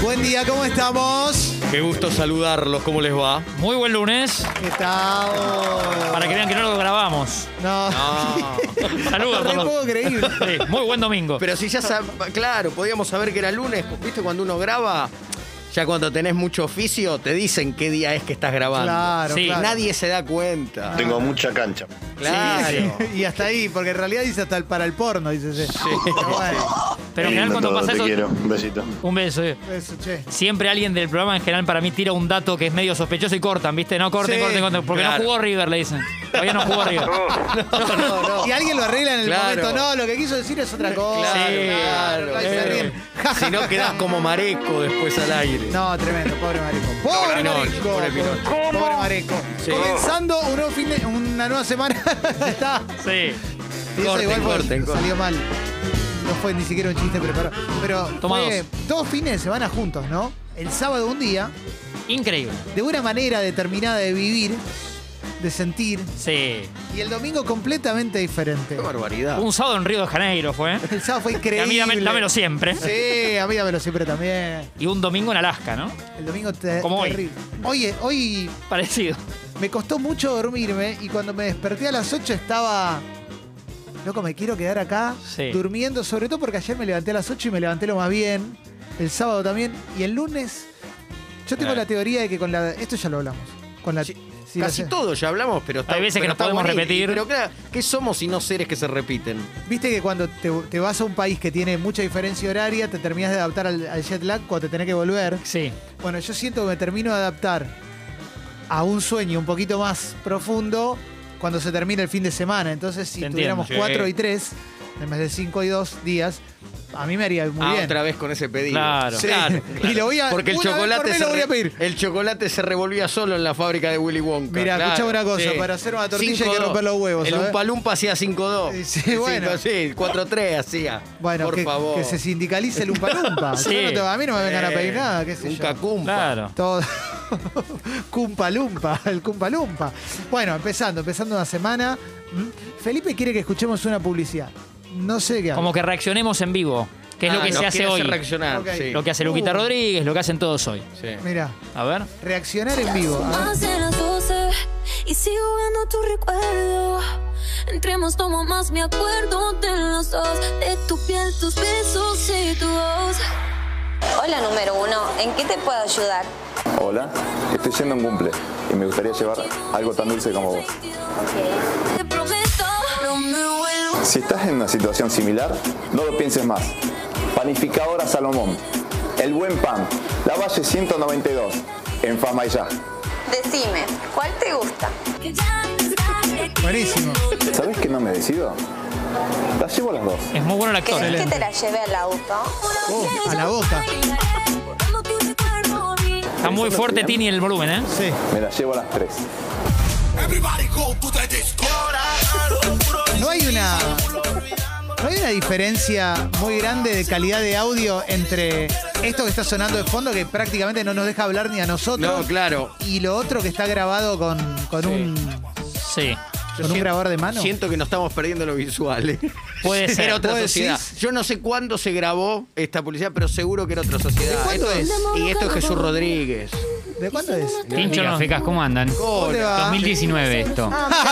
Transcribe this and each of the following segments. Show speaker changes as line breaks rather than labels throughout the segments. Buen día, ¿cómo estamos?
Qué gusto saludarlos, ¿cómo les va?
Muy buen lunes,
¿Qué tal?
para que vean que no lo grabamos.
No.
Saludos,
Re
por
poco
lo-
creíble.
Sí, muy buen domingo.
Pero si ya sab... claro, podíamos saber que era lunes, pues, viste cuando uno graba, ya cuando tenés mucho oficio te dicen qué día es que estás grabando.
Claro,
Sí,
claro.
Nadie se da cuenta.
Tengo mucha cancha.
Claro.
Y hasta ahí, porque en realidad dice hasta el para el porno, dice. Sí. Pero bueno,
Pero en
Qué
general
lindo
cuando
todo,
pasa
te
eso,
quiero. Un besito.
un beso. eh.
eso, che.
Siempre alguien del programa en general para mí tira un dato que es medio sospechoso y cortan, ¿viste? No corten,
Sí,
corten, corten. Porque
claro.
no jugó River, le dicen. Todavía no jugó River.
Y alguien lo arregla en el
Claro.
momento. No, lo que quiso decir es otra cosa.
Claro,
Sí,
claro, claro, se
eh.
ríen. Ja, ja,
Si no
ja,
quedás
ja.
como mareco después al aire.
No, tremendo, pobre Mareco. Pobre
Pobre
Mareco.
Pinocho, pobre Pinocho.
Pobre Mareco.
Sí.
Comenzando un nuevo fin de- una nueva semana. Está.
Sí.
Y eso
Corten,
igual fue-
corten, corten.
salió mal. No fue ni siquiera un chiste preparado. Pero
Toma
fue
dos.
dos fines de semana juntos, ¿no? El sábado un día,
Increíble.
de una manera determinada de vivir, de sentir,
Sí.
y el domingo completamente diferente.
Qué barbaridad.
Un sábado en Río de Janeiro fue. ¿eh?
El sábado fue
Y
increíble.
a mí dame- dámelo siempre.
Sí, a mí dámelo siempre también.
Y un domingo en Alaska, ¿no?
El domingo te,
Como hoy.
terrible. Oye, hoy
Parecido.
me costó mucho dormirme y cuando me desperté a las 8 estaba. Loco, me quiero quedar acá
Sí.
durmiendo, sobre todo porque ayer me levanté a las 8 y me levanté lo más bien. El sábado también. Y el lunes. Yo tengo
Claro.
la teoría de que con la. Esto ya lo hablamos. Con la.
Eh. Sí,
sí, la
Casi
sé.
todo ya hablamos, pero está,
Hay veces que
pero
nos podemos
buenísimo.
repetir.
Pero claro, ¿qué somos si no seres que se repiten?
Viste que cuando te, te vas a un país que tiene mucha diferencia horaria, te terminas de adaptar al, al jet lag cuando te tenés que volver.
Sí.
Bueno, yo siento que me termino de adaptar a un sueño un poquito más profundo cuando se termina el fin de semana. Entonces, si
Te entiendo,
tuviéramos
sí.
4 y 3, en vez de 5 y 2 días, a mí me haría muy
Ah,
bien.
otra vez con ese pedido.
Claro.
Sí. Claro,
Y lo voy a-
Porque el
una vez por
chocolate
mes
se
lo voy a
re-
pedir.
El chocolate se revolvía solo en la fábrica de Willy Wonka.
Mira,
Claro,
escuchame una cosa,
sí.
para hacer una tortilla hay que
5-2.
romper los huevos.
El
¿sabes?
Umpalumpa hacía 5-2.
Sí, bueno.
sí, 4-3 hacía.
Bueno,
por
que,
favor.
que se sindicalice el umpalumpa.
Sí.
a mí no me vengan a pedir
Eh,
nada, qué sé
un
yo.
cacumpa.
Claro.
Todo. Cumpalumpa, el Cumpalumpa. Bueno, empezando, empezando una semana. ¿Mm? Felipe quiere que escuchemos una publicidad. No sé qué.
Como que reaccionemos en vivo, que es
Ah,
lo que
nos
se hace
quiere hacer
hoy.
reaccionar,
Ok.
sí.
Lo que hace Luquita
Uh.
Rodríguez, lo que hacen todos hoy.
Sí.
Mira,
A ver.
reaccionar en vivo. A ver.
Más de las 12 y sigo jugando tu recuerdo. Entremos, tomo más, me acuerdo de los dos, de tu piel, tus besos y tu voz.
Hola número uno, ¿en qué te puedo ayudar?
Hola, estoy yendo a un cumple y me gustaría llevar algo tan dulce como vos.
Te prometo, no me vuelvo.
Si estás en una situación similar, no lo pienses más. Panificadora Salomón, el buen pan, la Valle 192, en Fama y ya.
Decime, ¿cuál te gusta?
Que ya no estás aquí.
Buenísimo.
¿Sabes que no me decido? Las llevo a las dos.
Es muy bueno el actor.
¿Querés que te la lleve al auto?
Oh, a la boca.
Recordando tu recuerdo, mi-
Está muy fuerte Tini el volumen, ¿eh?
Sí.
Me las llevo a las tres.
No hay una. No hay una diferencia muy grande de calidad de audio entre esto que está sonando de fondo, que prácticamente no nos deja hablar ni a nosotros,
No, claro.
y lo otro que está grabado con, con un,
Sí.
con un grabador de mano.
Siento que nos estamos perdiendo lo visual. eh.
Ah, Puede ser.
Era otra
¿Vos
sociedad.
decís?
Yo no sé cuándo se grabó esta publicidad, pero seguro que era otra sociedad.
cuándo
Esto
es?
Y esto es Jesús Rodríguez.
¿De cuándo es?
Tincho los fecas, ¿cómo andan?
¿Cómo te va?
2019 esto.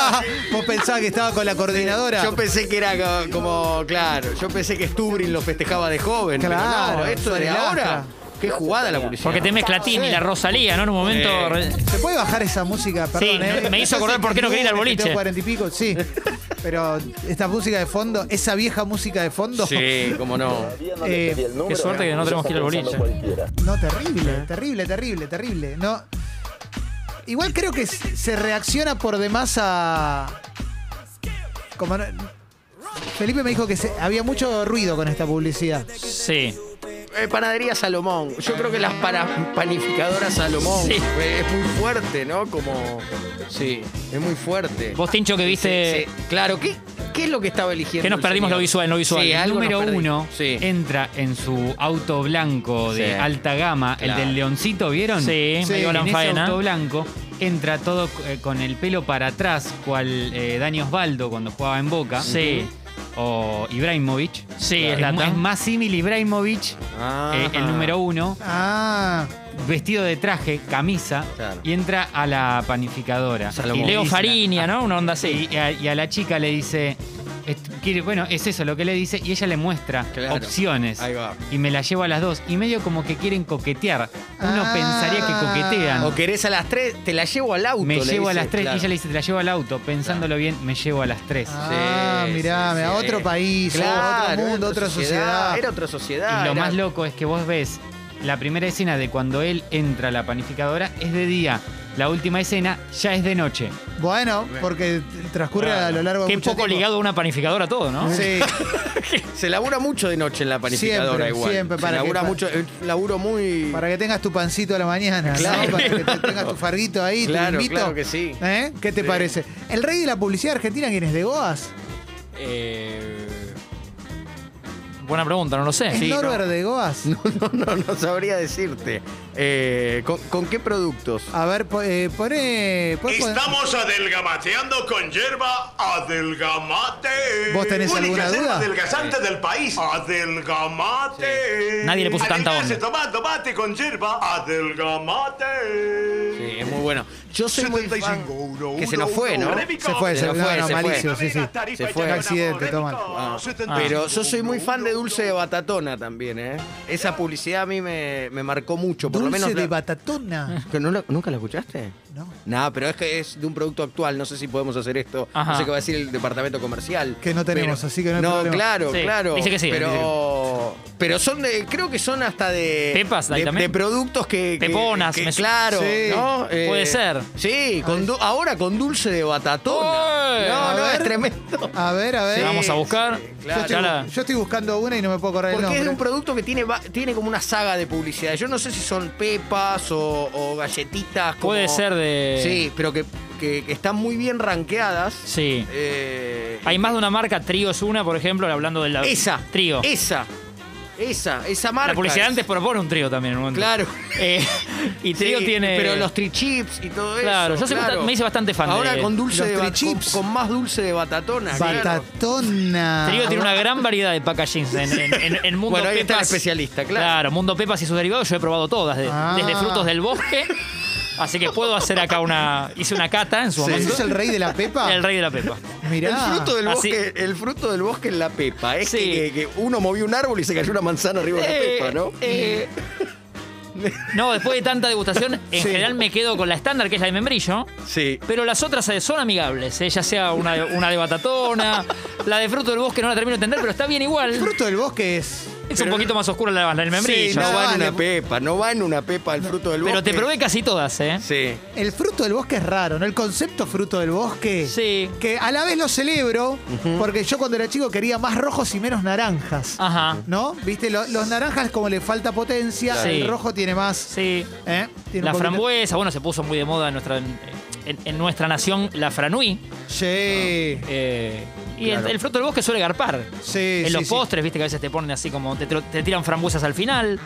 Vos pensabas que estaba con la coordinadora.
Yo pensé que era co- como, claro, yo pensé que Stubrin lo festejaba de joven. pero
Claro,
no, esto de
Soledad.
ahora. Qué jugada la publicidad.
Porque te mezcla Tini, la Rosalía, ¿no? En un momento.
Sí.
re-
¿Se puede bajar esa música? Perdón, ¿eh?
me hizo
Yo
acordar
sé
por qué no quería ir al
tengo
boliche.
40 y pico, sí. Pero esta música de fondo, esa vieja música de fondo,
Sí, cómo no.
Eh, pedí
qué suerte que no tenemos que ir al boliche.
no, terrible, terrible, terrible, terrible. No. Igual creo que se se reacciona por demás a. Como no- Felipe me dijo que se- había mucho ruido con esta publicidad.
Sí.
Eh, panadería Salomón. Yo creo que las para- panificadoras Salomón.
Sí.
Eh, es muy fuerte, ¿no? Como. Sí, es muy fuerte.
Vos, Tincho, que viste.
Sí, sí. Claro, ¿qué, ¿qué es lo que estaba eligiendo?
Que nos
el
perdimos
señor?
lo visual, en lo visual.
Sí,
el
algo
número
nos perdimos.
uno eh,
Sí.
entra en su auto blanco de
Sí.
alta gama,
Claro.
el del leoncito, ¿vieron?
Sí,
Sí,
medio
En ese
Lanfaena.
auto blanco entra todo eh, con el pelo para atrás, cual eh, Dani Osvaldo cuando jugaba en Boca.
Sí.
o Ibrahimovic.
Sí,
es,
Zlatan.
mu- es más símil Ibrahimovic,
Ah.
eh, el número uno,
Ah,
vestido de traje, camisa,
Claro.
y entra a la panificadora.
Salomón.
Y le
Leo
dice-
Farinia, ¿no? Una onda así.
Y a, y a la chica le dice, "Est- quiere- bueno, es eso lo que le dice, y ella le muestra
Claro.
opciones.
Ahí va.
Y me la llevo a las dos. Y medio como que quieren coquetear. Uno
Ah.
pensaría que coquetean.
O querés a las 3, te la llevo al auto.
Me
le
llevo a
dice,
las tres.
claro.
Y ella le dice, te la llevo al auto. Pensándolo bien, me llevo a las tres.
ah
Sí,
mirá,
sí,
mirá,
sí.
otro país,
Claro,
otro
era
mundo, otra sociedad.
Era otra sociedad.
y lo
Ah, era-
más loco es que vos ves la primera escena de cuando él entra a la panificadora es de día. La última escena ya es de noche.
Bueno, porque transcurre a lo largo de
Qué
mucho
poco
tiempo.
ligado a una panificadora todo, ¿no?
Sí,
Se labura mucho de noche en la panificadora
Siempre,
igual.
siempre,
Se
para que-
labura
para-
mucho, eh, laburo muy.
para que tengas tu pancito a la mañana, ¿no?
Claro.
para que te- tengas tu farguito ahí, tu
Claro,
bimbito.
claro que sí.
¿Eh? ¿Qué te
Sí.
parece? ¿El rey de la publicidad argentina quién es? ¿De Goas?
Eh,
Buena pregunta, no lo sé.
¿Es
Sí,
Norbert
no.
de Goas?
no, no, no sabría decirte. Eh, ¿con, con qué productos?
A ver, po- eh, pone... ¿puedes poner-
Estamos adelgamateando con yerba adelgamate.
¿Vos tenés
Única
alguna
yerba
duda?
adelgazante del país. Adelgamate.
Sí. Nadie le puso tanta
Adelgace
onda.
tomando mate con yerba adelgamate.
Sí, es muy bueno. Yo soy muy fan-
75, uno,
que se
uno,
nos fue,
uno.
¿no?
Se fue, se,
Se
fue,
fue,
no,
se fue.
malicio, sí, sí.
Se fue.
Un accidente, toma.
Ah.
Pero yo soy muy fan de dulce de batatona también, ¿eh? Esa publicidad a mí me, me marcó mucho, por
Dulce
lo menos.
de
la-
batatona.
¿Que no lo- ¿Nunca la escuchaste?
No.
No, pero es que es de un producto actual, no sé si podemos hacer esto,
Ajá.
no sé qué va a decir el departamento comercial.
Que no tenemos,
Pero-
así que no hay problema.
claro,
Sí,
claro.
dice que sí,
Pero, pero son de, creo que son hasta de...
Pepas, ahí
de,
también.
de productos que... que-
Peponas,
que-
me su-
claro,
Sí.
¿no? Eh,
Puede ser. Oh,
Sí, con du- ahora con dulce de batatona.
¡Uy!
No,
A
no, es
ver.
tremendo.
A ver, a ver.
Sí,
Vamos a buscar.
sí,
Yo
claro.
estoy,
Ya la-
yo estoy buscando una y no me puedo acordar el
Porque es
nombre.
un producto que tiene, va- tiene como una saga de publicidad. Yo no sé si son pepas o, o galletitas. como-
Puede ser de-
Sí, pero que, que- que están muy bien rankeadas.
Eh, Sí.
Eh,
Hay más de una marca, Trío es una, por ejemplo, hablando del
esa.
Trío.
Esa. Esa. Esa marca.
La publicidad
es-
antes propone un trío también en un momento.
Claro.
Eh,
Sí,
y trío tiene.
Pero los trichips y todo
Claro,
eso.
yo soy bastante- me hice bastante fan
Ahora
de-
con dulce
Los
de bat-
trichips.
Con, con más dulce de batatona. claro.
Batatona.
Trío tiene una gran variedad de packagings en, en- en- en Mundo
Bueno, ahí
Pepas.
está el especialista, claro.
Mundo Pepas y sus derivados, yo he probado todas, de-
Ah.
desde frutos del bosque. Así que puedo hacer acá una. Hice una cata en su
¿Vos
momento.
sos el rey de la pepa?
El rey de la Pepa.
El
Mirá.
fruto, del
Así-
bosque, el fruto del bosque en la pepa. Es
Ah, Sí.
que, que uno movió un árbol y se cayó una manzana arriba de la
Eh,
pepa, ¿no?
eh, no, después de tanta degustación, en
Sí.
general me quedo con la estándar, que es la de membrillo.
Sí.
Pero las otras eh, son amigables, eh, ya sea una de, una de batatona, la de fruto del bosque no la termino de entender, pero está bien igual.
El fruto del bosque es.
Es un poquito más oscura la, la del membrillo.
Sí,
no
nada
va
más,
en una
le-
pepa, no va en una pepa el fruto del
pero
bosque.
te probé casi todas, ¿eh?
Sí.
El fruto del bosque es raro, ¿no? El concepto fruto del bosque.
Sí.
Que a la vez lo celebro, porque yo cuando era chico quería más rojos y menos naranjas.
Ajá.
¿No? ¿Viste? Lo- los naranjas, como le falta potencia,
Claro. Sí.
el rojo tiene más.
Sí.
¿eh? Tiene
La
un poquito-
frambuesa, bueno, se puso muy de moda en nuestra, en, en nuestra nación la franui.
Sí.
eh, y el-
Claro.
el, fruto del bosque suele garpar.
Sí,
en
sí,
los
sí.
postres, viste que a veces te ponen así como te, tro- te tiran frambuesas al final.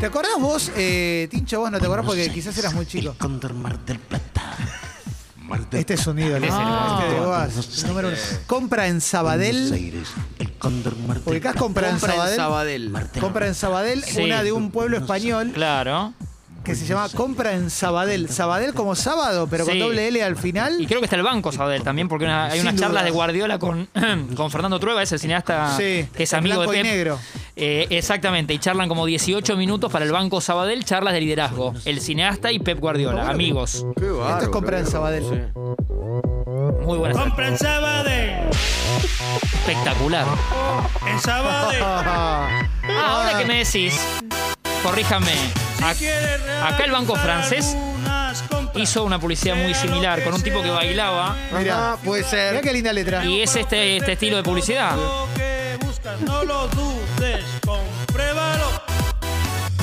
¿Te acordás vos, eh, Tincho? Vos no te acordás porque quizás eras muy chico. Este es un ídolo.
Ah.
Este de Boas, el número uno. Compra en Sabadell. Ubicás compra,
Compra
en Sabadell.
Sabadell.
Compra en Sabadell,
Sí.
una de un pueblo español
Claro.
que se llama Compra en Sabadell. Sabadell como sábado, pero con
Sí.
doble L al
Y
final.
creo que está el banco Sabadell también, porque una- hay
Sin
unas charlas
duda.
de Guardiola con, con Fernando Trueba, es el cineasta
Sí,
que es
en
amigo
blanco
de
y
Pep.
negro.
Eh, exactamente, y charlan como 18 minutos para el banco Sabadell, charlas de liderazgo. El cineasta y Pep Guardiola, amigos.
Qué bárbaro.
Esto es compra en Sabadell.
Muy buenas.
Compra en Sabadell,
Espectacular.
en Sabadell.
Ah,
Ah, ahora que me decís, corríjame. ac- Acá el banco francés hizo una publicidad muy similar, con un tipo que bailaba.
mirá.
Ajá, puede
mirá
ser.
qué linda letra.
Y es este, este estilo de publicidad.
Lo que buscas, no lo dudes, compruébalo.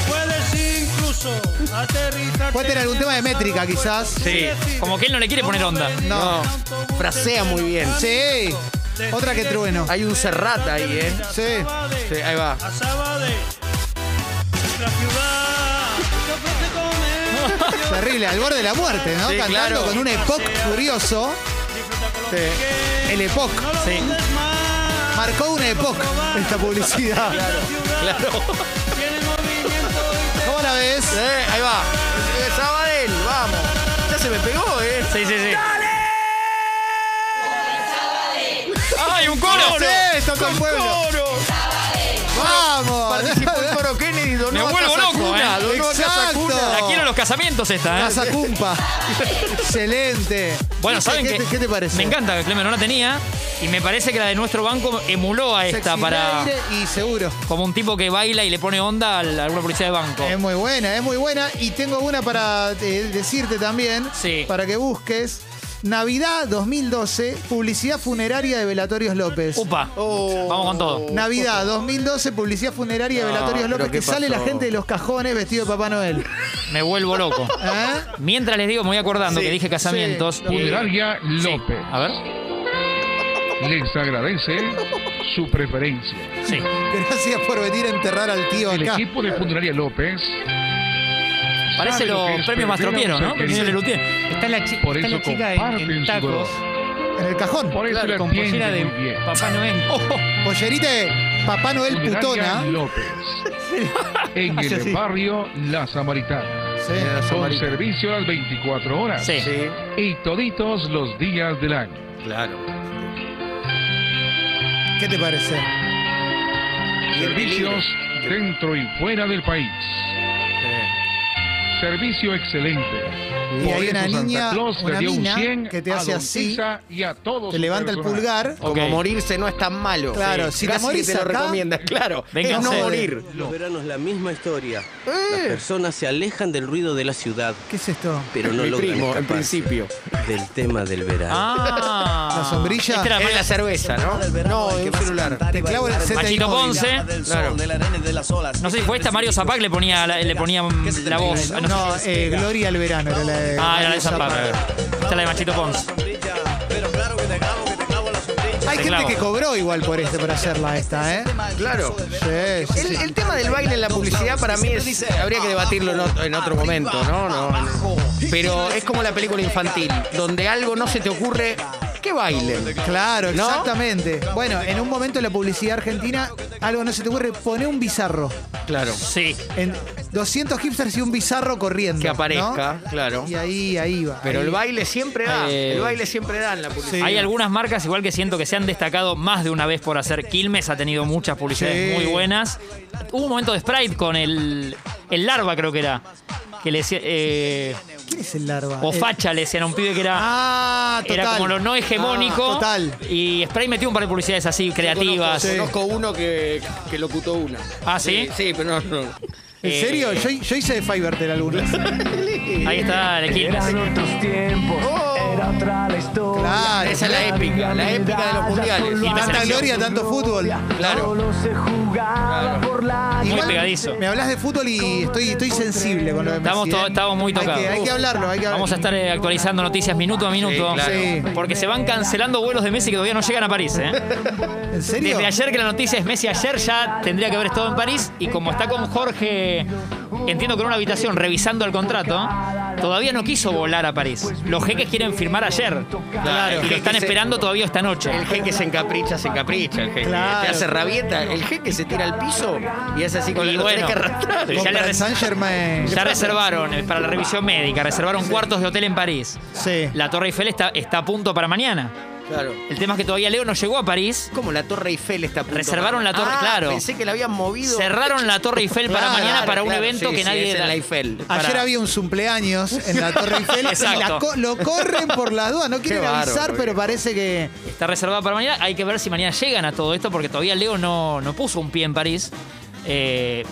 Puedes incluso aterrizar.
Puede tener algún tema de métrica, quizás.
Sí. Como que él no le quiere poner onda.
No.
Frasea muy bien.
Sí. Otra que trueno.
Hay un serrata ahí, ¿eh?
Sí.
Sí, ahí va.
A Sabadell, nuestra ciudad. que ofrece comer,
Terrible, al borde de la muerte, ¿no?
Sí,
Cantando
claro.
con un epoc furioso.
disfruta con lo
Sí.
que
El epoc.
No lo
Sí.
dudes más.
Marcó una época esta publicidad.
Claro.
¿Cómo la ves?
Eh, ahí va. Eh, Sabadell, vamos. Ya se me pegó, ¿eh?
Sí, sí, sí. ¡Ay, un coro!
¡Sí! ¡Tocó el pueblo! ¡Vamos!
Participó el coro Kennedy, donó
Me
a
vuelvo
Casa
loco,
Cuna,
¿eh?
donó a Casa
Exacto.
Cuna.
La quiero en los casamientos esta, ¿eh?
Casa Cumpa. Excelente.
Bueno,
¿Viste?
¿saben
¿Qué,
qué?
te- ¿Qué te parece?
Me encanta que Clemen no la tenía y me parece que la de nuestro banco emuló a esta
Sexy
para...
aire y seguro.
Como un tipo que baila y le pone onda a la- a alguna policía de banco.
Es muy buena, es muy buena. Y tengo una para eh, decirte también,
Sí.
para que busques. Navidad 2012, publicidad funeraria de Velatorios López.
Upa.
Oh.
Vamos con todo.
Navidad 2012, publicidad funeraria de
No,
Velatorios
pero
López, que
¿qué
sale la
pasó?
gente de los cajones vestido de Papá Noel.
Me vuelvo loco.
¿Eh?
Mientras les digo, me voy acordando
Sí,
que dije casamientos.
sí.
eh,
Funeraria López
A ver.
les agradece su preferencia.
Sí.
Gracias por venir a enterrar al tío
El
acá.
equipo de Funeraria López,
Parece
Sabe lo
los
que es
premios
perder
Mastropiero,
a un
¿no?
ser querido.
Premios Lelutier.
Está la, chi-
por
está
eso
la chica en, en
comparten su dolor.
tacos
En el cajón.
Por eso
Claro,
la
con pollera
atienden muy
de
bien.
Papá Noel.
Oh,
Pollerita de Papá Noel
Funeraria
putona.
López. En
Hace así.
el barrio La Samaritana.
Sí.
Con servicio a las 24 horas.
Sí.
Sí,
Y toditos los días del año.
claro.
¿Qué te parece?
Y el peligro.
Servicios dentro y fuera del país. Servicio excelente.
Y hay una
Santa
niña,
Claus le
una
dio un
mina
100
que te
a
hace
Don
así,
Pisa y a todos
te
su
levanta el
personal.
pulgar.
Como
Ok.
morirse no es tan malo.
Claro, si te
Casi que
morís
te lo
acá-
recomiendas, claro.
Venga,
es no
Fede.
morir.
Los veranos la misma historia.
Eh.
Las personas se alejan del ruido de la ciudad,
¿Qué es esto?
pero no
Mi
logran
primo, en
escaparse
principio.
del tema del verano.
Ah.
La sombrilla. Eh,
Esta era
Es la
más-
cerveza, ¿no? No, en un celular.
Te clavo el Z
Machito
inmóvil.
Ponce.
Claro.
¿eh? No sé si fue esta, Mario Zapac le ponía la, le ponía la voz. Ah, no.
No, eh, Gloria al verano era la de.
Ah, era la de Zapac. Esta es la de Machito Ponce.
Hay gente
Teclado.
que cobró igual por este, por hacerla esta, ¿eh?
Claro.
Sí, sí,
El,
sí.
el tema del baile en la publicidad para mí es, habría que debatirlo en otro, en otro momento, ¿no? No, no. Pero es como la película infantil, donde algo no se te ocurre que bailen.
Claro,
¿No?
exactamente. Bueno, en un momento en la publicidad argentina, algo no se te ocurre, pone un bizarro.
Claro.
Sí.
En 200 hipsters y un bizarro corriendo.
Que
¿no?
aparezca, claro.
Y ahí, ahí va.
Pero
ahí.
el baile siempre da,
Eh.
el baile siempre da en la publicidad.
Hay algunas marcas, igual que siento que se han destacado más de una vez por hacer. Quilmes ha tenido muchas publicidades
Sí.
muy buenas. Hubo un momento de Sprite con el, el Larva, creo que era. Que le decía. eh,
¿Quién es el larva?
o
El-
Facha le decían a un pibe que era.
Eh, Ah, total.
Era como lo no hegemónico.
Ah, total.
Y Sprite metió un par de publicidades así, creativas.
Sí.
Conozco uno que, que locutó una.
Ah, ¿sí?
Sí, pero no. no.
¿En
Eh,
serio? Yo, yo hice de Fivertel algunas.
Ahí está el Quilmes.
Oh. Claro.
Esa es la épica, la épica de los mundiales.
Y me
Tanta
selección.
gloria, tanto fútbol.
Claro.
Igual
Muy pegadizo.
Me hablas de fútbol y estoy, estoy sensible con lo de Messi,
Estamos, to-
¿eh?
estamos muy
Hay
tocados.
que, hay que hablarlo, hay que hablarlo.
Vamos a estar eh, actualizando noticias minuto a minuto.
claro.
Sí.
Porque se van cancelando vuelos de Messi que todavía no llegan a París. ¿eh?
¿En serio?
Desde ayer que la noticia es Messi ayer ya tendría que haber estado en París y como está con Jorge, entiendo que en una habitación revisando el contrato, todavía no quiso volar a París. Los jeques quieren firmar ayer.
Claro.
Y lo están esperando todavía esta noche.
El jeque se encapricha, se encapricha el jeque.
Claro.
Te hace rabieta. El jeque se tira al piso y hace así con
Y
lo tenés
bueno,
que arrastrar.
ya
Compra
le
en
res-
Saint Germain.
Ya reservaron eh, para
Ah.
la revisión médica, reservaron cuartos de hotel en París.
Sí.
La Torre Eiffel está, está a punto para mañana.
Claro.
El tema es que todavía Leo no llegó a París.
Como la Torre Eiffel está a punto.
Reservaron la torre,
Ah,
claro.
Pensé que la habían movido.
Cerraron la Torre Eiffel para
Claro,
mañana para un
claro,
evento
sí,
que
sí,
nadie
es en
da-
la Eiffel.
para-
Ayer había un cumpleaños en la Torre Eiffel.
Exacto.
La co- lo corren por la duda. No quieren
bárbaro, eh.
avisar,
boludo.
pero parece que.
Eh, Está reservada para mañana. Hay que ver si mañana llegan a todo esto porque todavía Leo no, no puso un pie en París. Eh,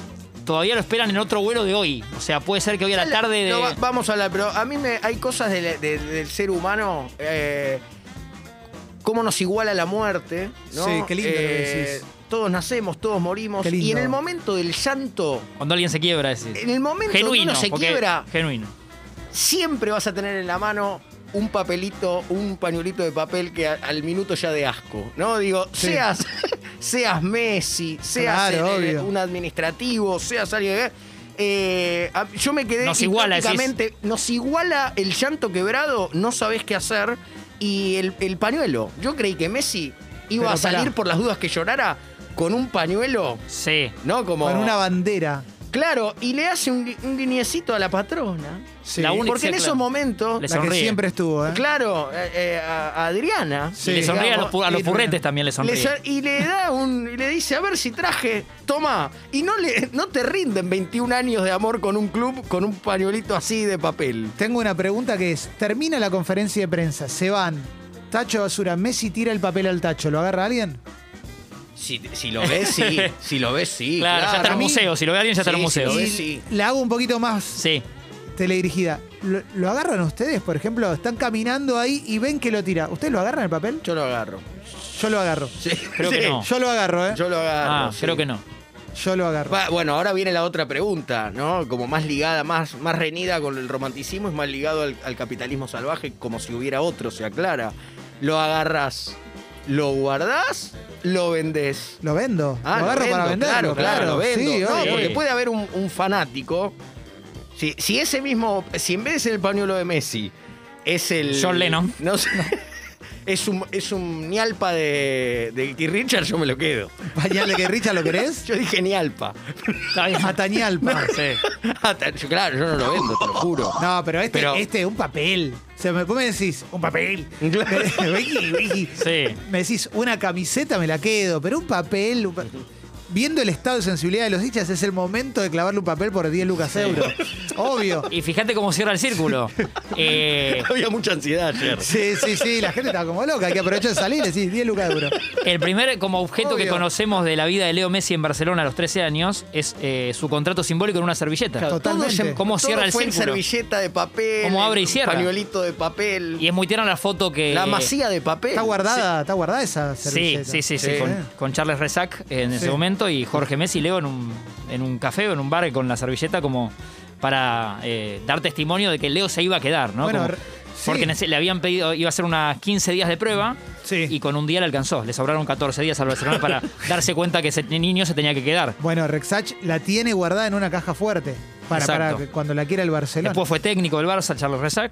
todavía lo esperan en otro vuelo de hoy. O sea, puede ser que hoy a la tarde de...
No, va- vamos a hablar, pero a mí me, hay cosas de la- de- del ser humano. eh, cómo nos iguala la muerte. ¿no? Eh,
Sí, qué lindo lo que decís.
Todos nacemos, todos morimos.
Qué lindo.
Y en el momento del llanto,
Cuando alguien se quiebra, decís.
en el momento que
Genuino.
uno se
porque-
quiebra,
Genuino.
siempre vas a tener en la mano un papelito, un pañuelito de papel que a- al minuto ya de asco, ¿no? Digo, seas, seas Messi, seas
Claro,
eh,
obvio.
un administrativo, seas alguien... que- eh, a- yo me quedé
Nos iguala, decís.
históricamente- nos iguala el llanto quebrado, no sabés qué hacer y el, el pañuelo. Yo creí que Messi iba
Pero
a salir
pará.
por las dudas que llorara con un pañuelo,
Sí.
¿no? Como.
Con una bandera.
Claro, y le hace un, gui- un guiñecito a la patrona.
Sí.
La única-
Porque en
claro.
esos momentos.
Le
La que
sonríe.
siempre estuvo, ¿eh?
Claro, eh, eh, a, a Adriana.
Sí.
Y le sonríe a los, pu- a los
Y-
purretes también le
Le
sonríe.
so- y le da un. Y le dice, a ver si traje, toma. Y no, le, no te rinden 21 años de amor con un club, con un pañuelito así de papel.
Tengo una pregunta que es, termina la conferencia de prensa, se van, tacho de basura, Messi tira el papel al tacho, ¿lo agarra alguien?
Si, si lo ves, sí. Si lo ves, sí.
claro, ya está en el museo. Si lo ve alguien, ya está en el
Sí, sí,
museo.
Lo
Y
ves, sí.
La hago un poquito más
Sí.
teledirigida. ¿Lo, lo agarran ustedes, por ejemplo? Están caminando ahí y ven que lo tira. ¿Ustedes lo agarran el papel?
Yo lo agarro.
Yo lo agarro.
Sí.
Creo que
Sí.
no.
Yo lo agarro, ¿eh? Yo,
Yo lo agarro.
Ah,
sí.
creo que no.
lo agarro.
Va, bueno, ahora viene la otra pregunta, ¿no? Como más ligada, más, más reñida con el romanticismo, es más ligado al, al capitalismo salvaje, como si hubiera otro, se aclara. Lo agarras, lo guardás, lo vendés.
Lo vendo.
Ah,
lo agarro
vendo,
para venderlo.
Claro, claro, lo vendo.
Sí,
no,
obvio.
porque puede haber un, un fanático. Si, si ese mismo, si en vez de ser el pañuelo de Messi, es el.
John Lennon.
No sé. Es un, es un ñalpa de, de Keith Richard, yo me lo quedo.
Pañale que Richa, ¿lo querés?
Yo dije ñalpa.
Está bien.
Atañalpa.
Sí.
Hasta- yo, claro, yo no lo vendo, te lo juro.
No, pero este,
Pero-
este es un papel. O sea, me, vos me decís, un papel. Vicky, Vicky.
Sí.
Me decís, una camiseta me la quedo, pero un papel. un pa- Viendo el estado de sensibilidad de los hinchas, es el momento de clavarle un papel por 10 lucas euros. Obvio.
Y fíjate cómo cierra el círculo. Eh,
Había mucha ansiedad ayer.
Sí, sí, sí, la gente está como loca, hay que aprovechar de salir y decís 10 lucas euros.
el primer como objeto que
Obvio.
conocemos de la vida de Leo Messi en Barcelona a los 13 años es eh, su contrato simbólico en una servilleta.
Claro. Totalmente.
¿Cómo
Todo
cierra el
fue en
círculo?
servilleta de papel.
¿Cómo abre y
en
cierra?
Pañuelito de papel.
Y es muy tierna la foto que.
la masía de papel.
Está guardada, está guardada esa
Sí,
servilleta.
sí, sí, sí,
Sí.
con, con Charles Rezac en ese
Sí.
momento y Jorge Messi y Leo en un, en un café o en un bar con la servilleta como para eh, dar testimonio de que Leo se iba a quedar, ¿no?
Bueno,
Como-
re- sí.
Porque nece- le habían pedido, iba a hacer unas 15 días de prueba
Sí.
y con un día le alcanzó. Le sobraron 14 días al Barcelona para darse cuenta que ese niño se tenía que quedar.
Bueno, Rexach la tiene guardada en una caja fuerte para, para
Exacto.
que cuando la quiera el Barcelona.
Después fue técnico del Barça, Charles Rezac.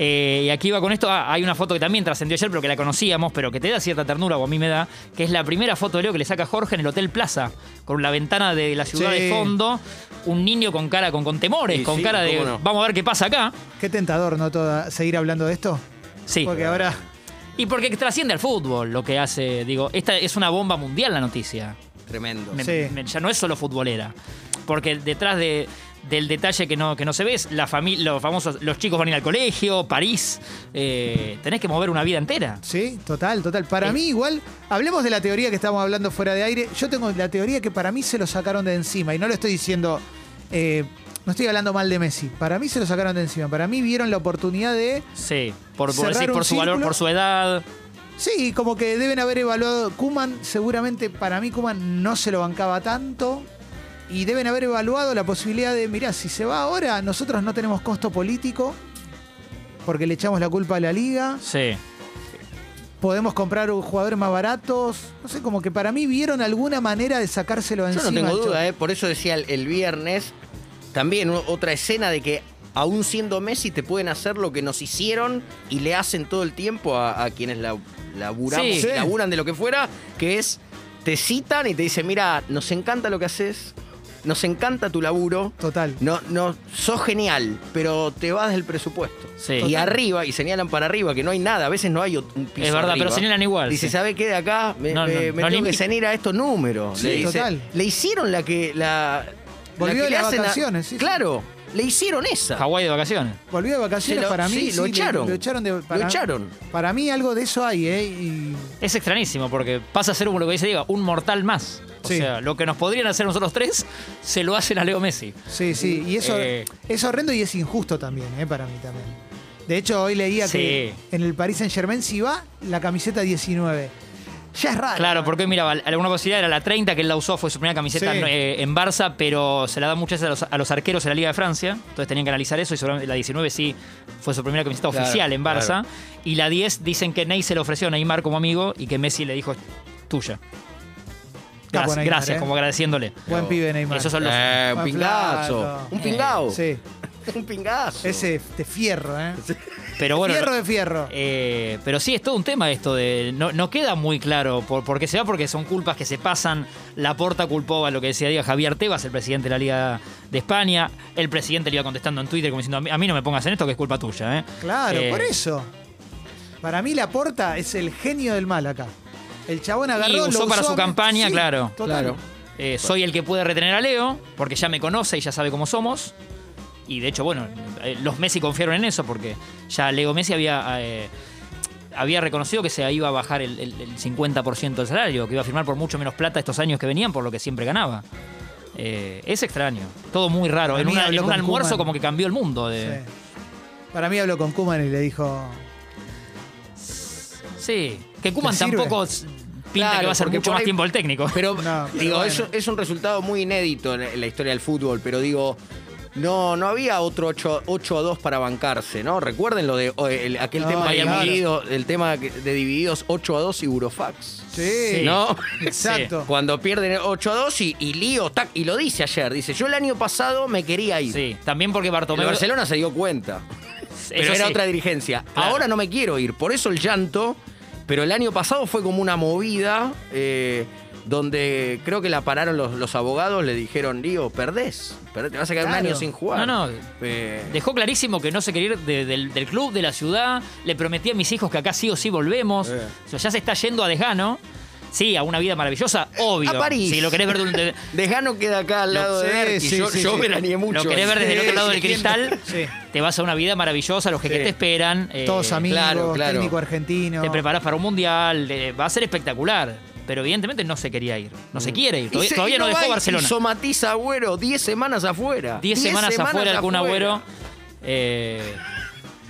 Eh, y aquí va con esto. Ah, hay una foto que también trascendió ayer, pero que la conocíamos, pero que te da cierta ternura, o a mí me da, que es la primera foto de Leo que le saca Jorge en el Hotel Plaza, con la ventana de la ciudad
Sí.
de fondo. Un niño con cara, con, con temores,
Y
con
sí,
cara de
cómo no.
vamos a ver qué pasa acá.
Qué tentador, ¿no? Toda, seguir hablando de esto.
Sí.
Porque ahora.
Y porque trasciende al fútbol lo que hace, digo, esta es una bomba mundial la noticia.
Tremendo.
Me-
Sí.
me- ya no es solo futbolera. Porque detrás de- del detalle que no, que no se ve, es la familia, los famosos, los chicos van a ir al colegio, París. eh, tenés que mover una vida entera.
Sí, total, total. Para
Sí.
mí, igual, hablemos de la teoría que estamos hablando fuera de aire. Yo tengo la teoría que para mí se lo sacaron de encima. Y no lo estoy diciendo. eh, no estoy hablando mal de Messi. Para mí se lo sacaron de encima. Para mí vieron la oportunidad de.
Sí, por, por,
Cerrar
decir,
un
por su valor,
círculo.
por su edad.
Sí, como que deben haber evaluado. Kuman, seguramente para mí Kuman no se lo bancaba tanto. Y deben haber evaluado la posibilidad de, mirá, si se va ahora, nosotros no tenemos costo político, porque le echamos la culpa a la liga,
Sí.
podemos comprar jugadores más baratos, no sé, como que para mí vieron alguna manera de sacárselo
Yo
encima.
no tengo
al
duda,
Cholo.
¿eh? por eso decía el, el viernes también u- otra escena de que aún siendo Messi te pueden hacer lo que nos hicieron y le hacen todo el tiempo a, a quienes la, laburamos,
Sí.
y
Sí.
laburan de lo que fuera, que es te citan y te dicen, mira, nos encanta lo que haces, nos encanta tu laburo,
Total.
no, no, sos genial, pero te vas del presupuesto.
Sí.
Y
Total.
arriba, y señalan para arriba, que no hay nada, a veces no hay ot- un piso
Es verdad,
arriba.
pero señalan igual,
Dice,
sí.
¿sabe qué de acá? Me,
No, no,
me- me
no
tengo que
limpi-
ceñir a estos números.
Sí,
le dice.
total.
Le hicieron la que. La,
Volvió
que
de
le
las
hacen a-
vacaciones, sí, sí.
Claro, le hicieron esa.
Hawái de vacaciones.
Volvió de vacaciones
Se lo-
para mí.
sí, lo
le-
echaron.
Lo echaron de-
Lo
para,
echaron.
Para mí algo de eso hay, ¿eh? Y
Es extrañísimo porque pasa a ser un- lo que dice Diego, un mortal más. O
Sí.
sea, lo que nos podrían hacer nosotros tres, se lo hacen a Leo Messi.
Sí, sí, y eso
Eh.
es horrendo y es injusto también, ¿eh? para mí también. De hecho, hoy leía que en el Paris Saint Germain si va la camiseta 19. Ya es raro.
Claro, porque mira, alguna posibilidad era la 30 que él la usó, fue su primera camiseta
Sí.
eh, en Barça, pero se la da muchas veces a los, a los arqueros en la Liga de Francia, entonces tenían que analizar eso y seguramente la 19 sí fue su primera camiseta
Claro,
oficial en Barça,
claro.
y la 10 dicen que Ney se la ofreció a Neymar como amigo y que Messi le dijo tuya.
Capo
Gracias,
Neymar,
gracias
¿eh?
como agradeciéndole.
Buen pibe Neymar.
Esos son los...
Eh, un
Más
pingazo.
flaco.
Un pingao.
Sí.
un pingazo.
Ese de fierro, ¿eh?
Pero bueno.
fierro de fierro.
Eh, pero sí, es todo un tema esto de. No, no queda muy claro por, por qué se va, porque son culpas que se pasan. La porta culpó a lo que decía diga Javier Tebas, el presidente de la Liga de España. El presidente le iba contestando en Twitter como diciendo: A mí, a mí no me pongas en esto, que es culpa tuya. ¿eh?".
Claro,
Eh,
por eso. Para mí la porta es el genio del mal acá. El chabón agarró
Y
lo
usó para su campaña, claro.
total.
Claro.
Eh, soy el que puede retener a Leo, porque ya me conoce y ya sabe cómo somos. Y de hecho, bueno, eh, los Messi confiaron en eso, porque ya Leo Messi había, eh, había reconocido que se iba a bajar el, el- el 50% del salario, que iba a firmar por mucho menos plata estos años que venían, por lo que siempre ganaba. Eh, es extraño, todo muy raro.
Para
En,
mí
una-
habló
en un
con
almuerzo
Koeman.
como que cambió el mundo.
Sí.
De,
Para mí habló con Kuman y le dijo.
sí. que Kuman
¿Te sirve?
tampoco s- pinta
Claro,
que va a ser
porque
mucho
por
más
ahí-
tiempo el técnico.
Pero,
No, pero
digo,
bueno.
es, es un resultado muy inédito en la, en la historia del fútbol, pero digo, no, no había otro 8, a 2 para bancarse, ¿no? Recuerden lo de o el- aquel
No,
tema, de
claro.
dividido- el tema que- de divididos 8 a 2 y Eurofax.
Sí.
¿No?
Exacto.
Cuando pierden el 8 a 2 y, y lío, tac, y lo dice ayer, dice, yo el año pasado me quería ir.
Sí, también porque
El
Bartomeu.
Barcelona se dio cuenta.
eso
Pero era
sí.
otra dirigencia.
Claro.
Ahora no me quiero ir, por eso el llanto. Pero el año pasado fue como una movida eh, donde creo que la pararon los, los abogados, le dijeron, Digo, perdés, perdés, te vas a quedar un
Claro.
año sin jugar.
No, no.
Eh,
Dejó clarísimo que no se quería ir de- del, del club, de la ciudad. Le prometí a mis hijos que acá sí o sí volvemos.
Eh.
O sea, ya se está yendo a desgano. Sí, a una vida maravillosa, obvio.
A París.
Si lo querés ver, de un- de-
Dejano queda acá al
Lo-
lado de
sí,
Berti.
sí,
yo
sí,
yo
sí.
me la nié mucho.
lo querés ver desde el otro lado del cristal,
Sí.
te vas a una vida maravillosa, los que,
Sí.
que te esperan. eh,
Todos amigos,
claro, claro.
técnico argentino.
Te preparás para un mundial, eh, va a ser espectacular. Pero evidentemente no se quería ir, no se quiere ir.
Y
Todavía,
se-
todavía
y
no
va
dejó
y
Barcelona.
Somatiza Agüero 10 semanas afuera.
10 semanas, afuera algún
afuera.
agüero. Eh,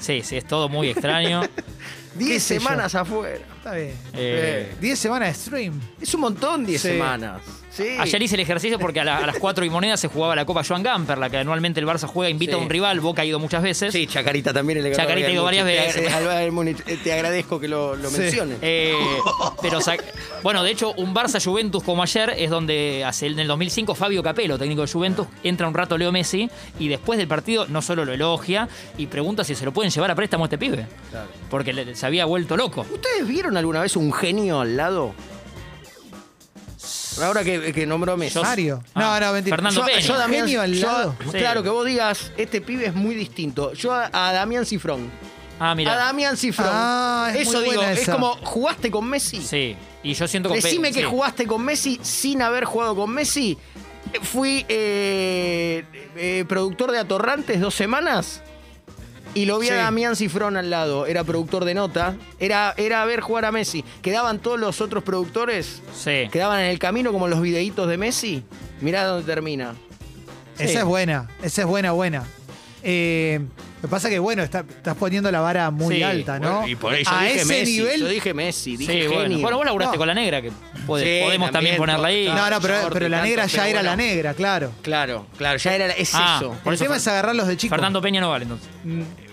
sí, sí, es todo muy extraño.
10
sé yo.
semanas afuera.
Está bien.
Eh,
10 semanas de stream.
Es un montón 10
Sí.
semanas. Sí.
Ayer hice el ejercicio porque a, la- a las 4 y moneda se jugaba la Copa Joan Gamper, la que anualmente el Barça juega, e invita a
Sí.
un rival, Boca ha ido muchas veces.
Sí, Chacarita también le ganó
Chacarita
a
digo
Bayern
varias
Múnich. Te
veces.
agra- al Bayern Múnich. Eh, Te agradezco que lo, lo
Sí.
menciones.
Eh, pero sa- bueno, de hecho, un Barça Juventus como ayer es donde hace en el 2005 Fabio Capello, técnico de Juventus, entra un rato Leo Messi y después del partido no solo lo elogia y pregunta si se lo pueden llevar a préstamo a este pibe. Porque le- se había vuelto loco.
¿Ustedes vieron alguna vez un genio al lado? Ahora que, que nombró Messi.
Yo-
Mario.
Ah,
no, no, mentira.
Fernando
Yo-
Peña.
yo a Damián-
Genio al
yo a-
lado.
Sí.
Claro, que vos digas, este pibe es muy distinto. Yo a, a Damián Cifrón.
Ah, mira.
A Damián Cifrón.
Ah, es
Eso
muy
digo,
buena
es
esa.
como, ¿jugaste con Messi?
Sí. Y yo siento con Pe-
Decime que
sí.
jugaste con Messi sin haber jugado con Messi. Eh, Fui eh, eh, productor de Atorrantes dos semanas y lo vi
Sí.
a Damián Cifrón al lado. Era productor de nota. Era, era ver jugar a Messi. Quedaban todos los otros productores,
Sí.
quedaban en el camino como los videitos de Messi. Mirá dónde termina. Sí.
Esa es buena, esa es buena, buena. Eh, lo que pasa que, bueno, está- estás poniendo la vara muy
Sí,
alta, ¿no?
Y por eso
A
dije
ese
Messi,
nivel.
Yo dije Messi,
Sí,
dije
bueno.
genio.
Bueno, vos laburaste
No.
con la negra, que puede-
Sí,
podemos
también,
también, ponerla ahí.
no, no, pero,
Jordi,
pero la
tanto,
negra ya
"Ah, pero
era la
bueno.
negra, claro.
Claro, claro, ya era es
Ah,
eso.
Por
el
eso
tema
Fer-
es agarrarlos de chicos.
Fernando Peña no vale, entonces.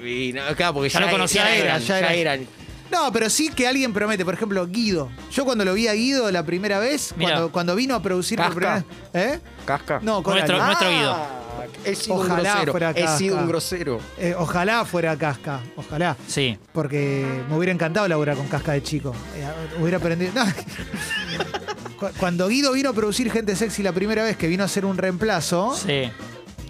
Y no, claro, porque
Ya
ya,
lo conocía,
ya
ya
eran,
era, ya
ya
era.
eran.
No, pero sí que alguien promete. Por ejemplo, Guido. Yo cuando lo vi a Guido la primera vez,
Mirá.
cuando, cuando vino a producir por primera
Casca.
¿Eh?
Casca.
No, con
Nuestro-
alguien.
nuestro Guido.
Ah, He sido
Ojalá
un grosero.
fuera
He
Casca.
sido un grosero.
Eh, ojalá fuera Casca, ojalá.
Sí.
Porque me hubiera encantado laburar con Casca de chico. Eh, hubiera aprendido. no. Cu- Cuando Guido vino a producir Gente Sexy la primera vez que vino a hacer un reemplazo,
Sí.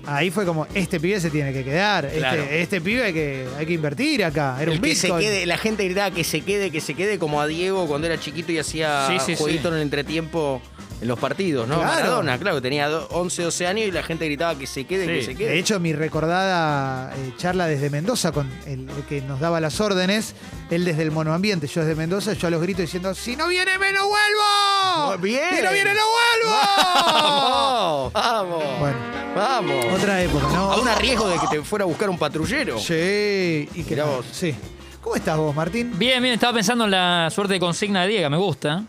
ahí fue como, este pibe se tiene que quedar. Este,
Claro.
este pibe hay que, hay que invertir acá. Era
El
un
que se
Bitcoin.
quede, la gente gritaba que se quede, que se quede, como a Diego cuando era chiquito y hacía
Sí, sí,
jueguito
sí.
en el entretiempo en los partidos, ¿no?
Claro.
Maradona, claro, que tenía do- 11, 12 años y la gente gritaba que se quede,
Sí.
que se quede.
De hecho, mi recordada eh, charla desde Mendoza con el, el que nos daba las órdenes, él desde el monoambiente, yo desde Mendoza, yo a los gritos diciendo, si no viene, me no vuelvo.
Muy bien.
Si no viene, no vuelvo.
¡Vamos! ¡Vamos!
Bueno.
¡Vamos!
Otra época, ¿no?
Aún a riesgo de que te fuera a buscar un patrullero.
Sí, y que
Mirá vos.
Sí. ¿Cómo estás vos, Martín?
Bien, bien, estaba pensando en la suerte de consigna de Diego, me gusta.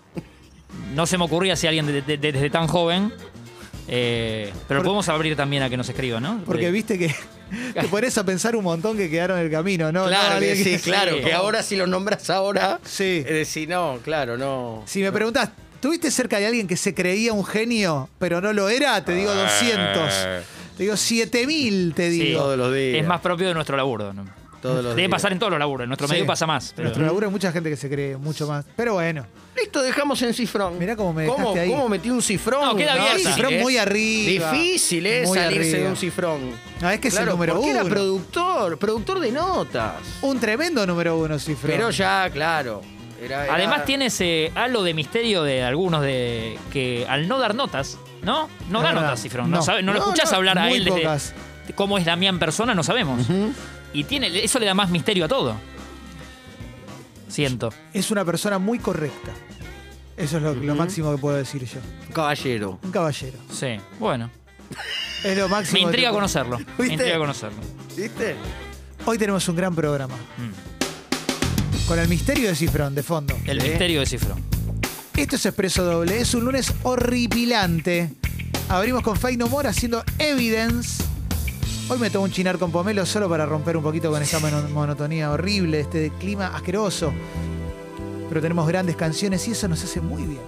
No se me ocurría si alguien de- de- de- desde tan joven. eh, pero podemos abrir también a que nos escriba, ¿no?
Porque
Eh,
viste que te pones a pensar un montón que quedaron en el camino, ¿no? No,
Claro, que
alguien
sí,
que-
claro. Que ahora si lo nombras ahora,
Sí.
es decir, no, claro, no.
Si me preguntás,
Ah.
¿tuviste cerca de alguien que se creía un genio, pero no lo era? Te digo 200. Te digo, 7000, te
Sí.
digo.
Todos los días.
Es más propio de nuestro laburo. ¿no?
Todos los
Debe
días.
pasar en todos los laburos. En nuestro
Sí.
medio pasa más.
En
pero-
nuestro laburo hay mucha gente que se cree mucho más. Pero bueno,
Listo, dejamos en cifrón.
Mirá cómo me
¿Cómo,
dejaste ahí.
cómo metí un cifrón?
No, queda abierta.
difícil,
Cifrón
¿eh?
muy arriba.
Difícil
eh,
es
Muy
salirse
arriba.
de un cifrón.
No, es que es el número
porque era
uno.
productor, productor de notas.
un tremendo número uno, cifra.
Pero ya, claro. era- era-
Además tiene ese halo de misterio de algunos de que al no dar notas, ¿no? No,
Es
da
verdad.
notas, Cifrón. No,
No.
sabe- no lo
No,
escuchás
no,
hablar a
muy
él desde
pocas.
cómo es Damián persona, no sabemos. Y tiene, eso le da más misterio a todo. Siento.
Es una persona muy correcta. Eso es lo, lo máximo que puedo decir yo.
Un caballero.
Un caballero.
Sí. Bueno.
Es lo máximo.
Me
que
intriga
te puedo-
conocerlo. Me
¿Viste?
intriga conocerlo.
¿Viste?
Hoy tenemos un gran programa.
Mm.
Con el misterio de Cifrón de fondo.
El
Sí.
misterio de Cifrón.
Esto es Expreso Doble. Es un lunes horripilante. Abrimos con Fay No More haciendo Evidence. Hoy me tomo un chinar con pomelo solo para romper un poquito con esta mono- monotonía horrible, este clima asqueroso. Pero tenemos grandes canciones y eso nos hace muy bien.